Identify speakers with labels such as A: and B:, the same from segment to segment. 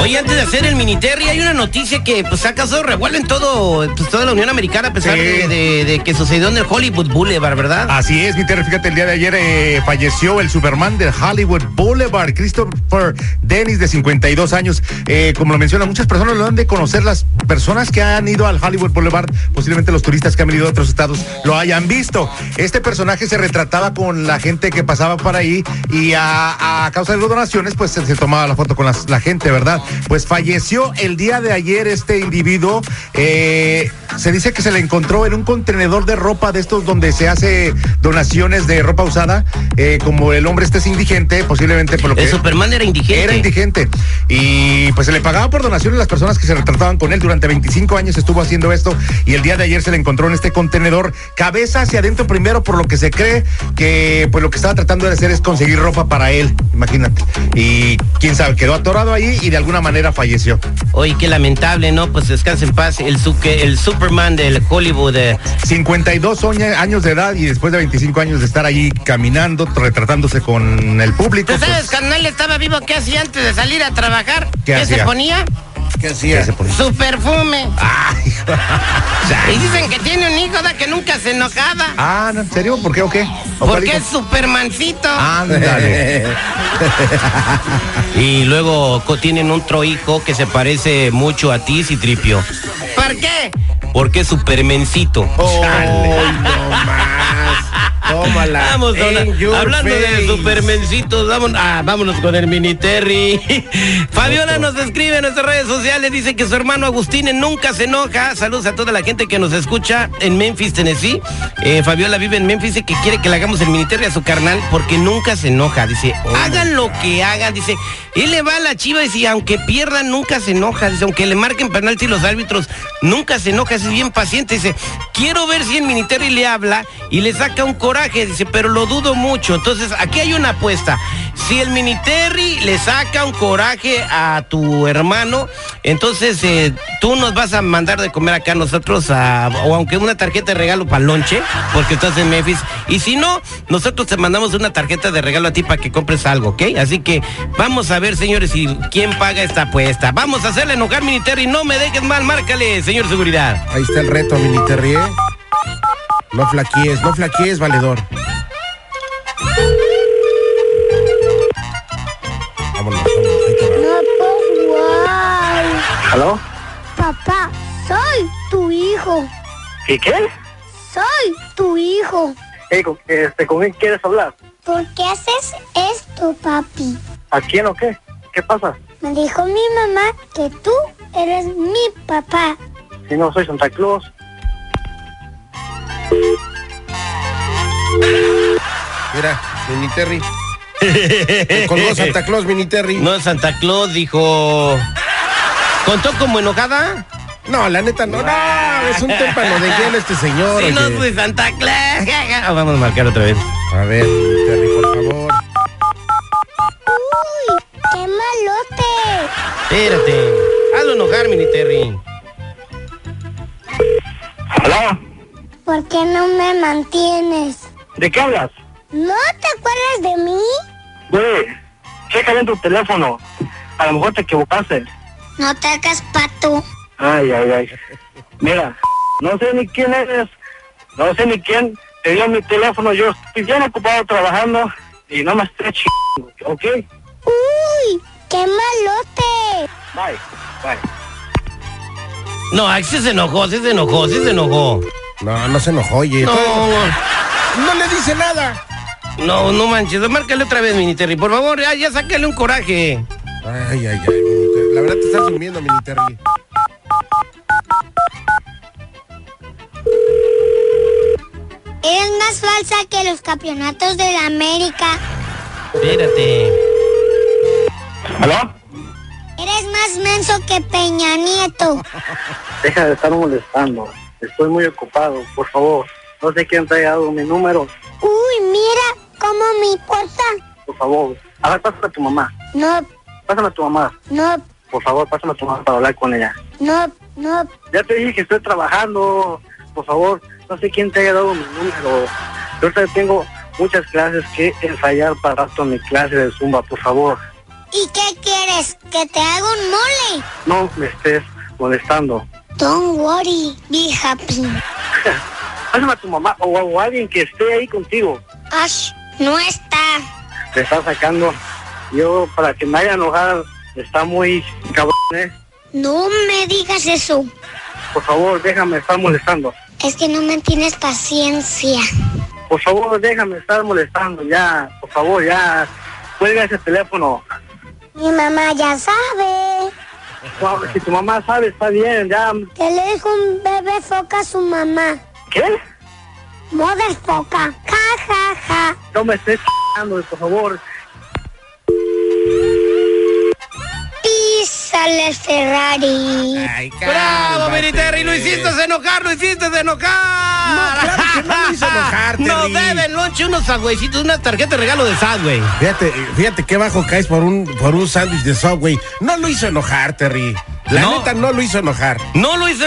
A: Oye, antes de hacer el miniterri, hay una noticia que pues, ha causado revuelo en todo, pues, toda la Unión Americana, a pesar
B: Sí.
A: de,
B: Ah,
A: de- de que sucedió en el Hollywood Boulevard, ¿verdad?
B: Así es, mi Terry, fíjate, el día de ayer eh, falleció el Superman del Hollywood Boulevard, Christopher Dennis, de 52 años. Eh, como lo menciona, muchas personas lo han de conocer, las personas que han ido al Hollywood Boulevard, posiblemente los turistas que han venido de otros estados, lo hayan visto. Este personaje se retrataba con la gente que pasaba por ahí y a, a causa de las donaciones, pues se, se tomaba la foto con las- la gente, ¿verdad? Pues falleció el día de ayer este individuo. eh, se dice que se le encontró en un contenedor de ropa de estos donde se hace donaciones de ropa usada. eh, como el hombre este es indigente, posiblemente por lo que
A: El Superman era indigente.
B: era indigente. Y pues se le pagaba por donaciones a las personas que se retrataban con él. Durante 25 años estuvo haciendo esto y el día de ayer se le encontró en este contenedor cabeza hacia adentro primero, por lo que se cree que pues lo que estaba tratando de hacer es conseguir ropa para él. Imagínate. Y quién sabe, quedó atorado ahí y de alguna manera falleció.
A: Oye, qué lamentable, ¿no? Pues descanse en paz el, su- que- el Superman del Hollywood. eh,
B: 52 oña- años de edad y después de 25 años de estar allí caminando, retratándose con el público.
A: ¿Tú sabes,
B: pues,
A: carnal, estaba vivo? ¿Qué hacía antes de salir a trabajar?
B: ¿Qué
A: se
B: hacía?
A: ponía?
C: ¿Qué hacía?
B: se pone-
A: Su perfume.
B: Ay,
A: Y dicen que tiene un hijo, ¿da? Que nunca se enojaba.
B: ah, ¿no? ¿en serio? ¿Por qué o qué? ¿O cuál
A: Porque
B: hijo?
A: es Supermancito.
B: Ándale.
A: Y luego co- tienen otro hijo que se parece mucho a ti, Citripio. ¿Por qué? Oh. Porque es Supermencito.
C: ¡Ay, no más! Tómala.
A: Vamos, dona.
C: In your
A: hablando
C: face.
A: de supermencitos, vámonos, ah, vámonos con el mini Terry. Fabiola nos escribe en nuestras redes sociales, dice que su hermano Agustín en nunca se enoja. Saludos a toda la gente que nos escucha en Memphis, Tennessee. Eh, Fabiola vive en Memphis y que quiere que le hagamos el mini Terry a su carnal porque nunca se enoja. Dice, hagan lo que hagan, dice, él le va a la chiva y dice, aunque pierdan, nunca se enoja. Dice, aunque le marquen penalti los árbitros, nunca se enoja, es bien paciente. Dice, quiero ver si el mini Terry le habla y le saca un coraje, dice, pero lo dudo mucho. Entonces, aquí hay una apuesta. Si el mini Terry le saca un coraje a tu hermano, entonces eh, tú nos vas a mandar de comer acá a nosotros, a- o aunque una tarjeta de regalo para lonche, porque estás en Memphis. Y si no, nosotros te mandamos una tarjeta de regalo a ti para que compres algo, ¿ok? Así que vamos a ver, señores, si quién paga esta apuesta. Vamos a hacerle enojar mini Terry, no me dejes mal, márcale, señor seguridad.
C: Ahí está el reto, mini Terry, ¿eh? No flaquees, no flaquees, valedor. Vámonos, vámonos. ahí te va.
D: Papá, guau.
E: ¿Aló?
D: Papá, soy tu hijo.
E: ¿Y qué?
D: Soy tu hijo.
E: Ey, con- este, ¿Con quién quieres hablar?
D: ¿Por qué haces esto, papi?
E: ¿A quién o qué? ¿Qué pasa?
D: Me dijo mi mamá que tú eres mi papá.
E: Si no soy Santa Claus.
C: Mira, mini Terry. Te colgó Santa Claus, mini Terry. No,
A: No, Santa Claus dijo. ¿Contó como enojada?
C: la neta, no. No, es un témpano de hielo este señor.
A: Sí, no pues.
C: oye.
A: soy Santa Claus. Ah, Vamos a marcar otra vez.
C: A ver, mini Terry, por favor.
D: ¡Uy! ¡Qué malote!
A: Espérate. Hazlo enojar, mini Terry.
E: ¿Aló?
D: ¿Por qué no me mantienes?
E: ¿De qué hablas?
D: ¿No te acuerdas de mí?
E: Güey, checa bien tu teléfono. A lo mejor te equivocaste.
D: No te hagas pato.
E: Ay, ay, ay. Mira, no sé ni quién eres. No sé ni quién te dio mi teléfono. Yo estoy bien ocupado trabajando y no me estés chingando, ¿ok?
D: ¡Uy! ¡Qué malote!
E: Bye, bye.
A: No, ay, sí se enojó, sí se enojó, sí se enojó.
C: No, no se enojó, oye.
A: No,
C: no le dice nada.
A: no, no manches. Márcale otra vez, mini Terry. Por favor, ya, ya sácale un coraje.
C: Ay, ay, ay, mini Terry. La verdad te estás durmiendo, mini Terry.
D: Eres más falsa que los campeonatos de la América.
A: Espérate.
E: ¿Aló?
D: Eres más menso que Peña Nieto.
E: Deja de estar molestando. Estoy muy ocupado, por favor. No sé quién te ha dado mi número.
D: Uy, mira cómo me importa.
E: Por favor. A ver, pásame a tu mamá.
D: No,
E: Pásame a tu mamá.
D: no,
E: Por por favor, pásame tu mano para hablar con ella.
D: No, no,
E: Ya te dije que estoy trabajando, por favor, no sé quién te haya dado mi número. Yo ahorita tengo muchas clases que ensayar para rato mi clase de zumba, por favor.
D: ¿y qué quieres? ¿Que te haga un mole?
E: No me estés molestando.
D: Don't worry, be happy.
E: Pásame a tu mamá o a, o a alguien que esté ahí contigo.
D: Ash, no está.
E: Te está sacando. Yo, para que me haya enojado, está muy cabrón, ¿eh?
D: No me digas eso.
E: Por favor, déjame estar molestando.
D: Es que no me tienes paciencia.
E: Por favor, déjame estar molestando ya. Por favor, ya. Cuelga ese teléfono.
D: Mi mamá ya sabe
E: No, Si tu mamá sabe, está bien, ya.
D: que le dijo un bebé foca a su mamá.
E: ¿Qué?
D: Mother foca. Ja, ja, ja.
E: No me estés chingando, por favor.
D: Písale Ferrari.
C: Ay,
A: ¡Bravo,
C: cálmate.
A: Mini Terry! ¡Lo hiciste enojar! ¡Lo hiciste enojar!
C: No, claro que no lo hice enojar,
A: Nos
C: Terry.
A: deben, lonche, unos sagüecitos, una tarjeta de regalo de Subway.
C: Fíjate, fíjate qué bajo caes por un por un sándwich de Subway. No lo hizo enojar, Terry. La
A: No.
C: neta no lo hizo enojar.
A: No lo hice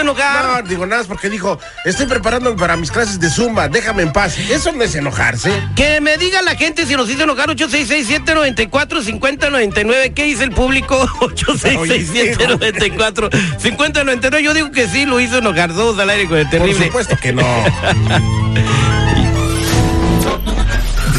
C: No,
A: enojar.
C: digo nada más porque dijo, estoy preparándome para mis clases de Zumba, déjame en paz. Eso no es enojarse.
A: Que me diga la gente si nos hizo enojar 8667-94-5099. ¿Qué dice el público? 8667-94-5099. Yo digo que sí, lo hizo enojar. Somos al aire con el
C: Por
A: terrible.
C: supuesto que no.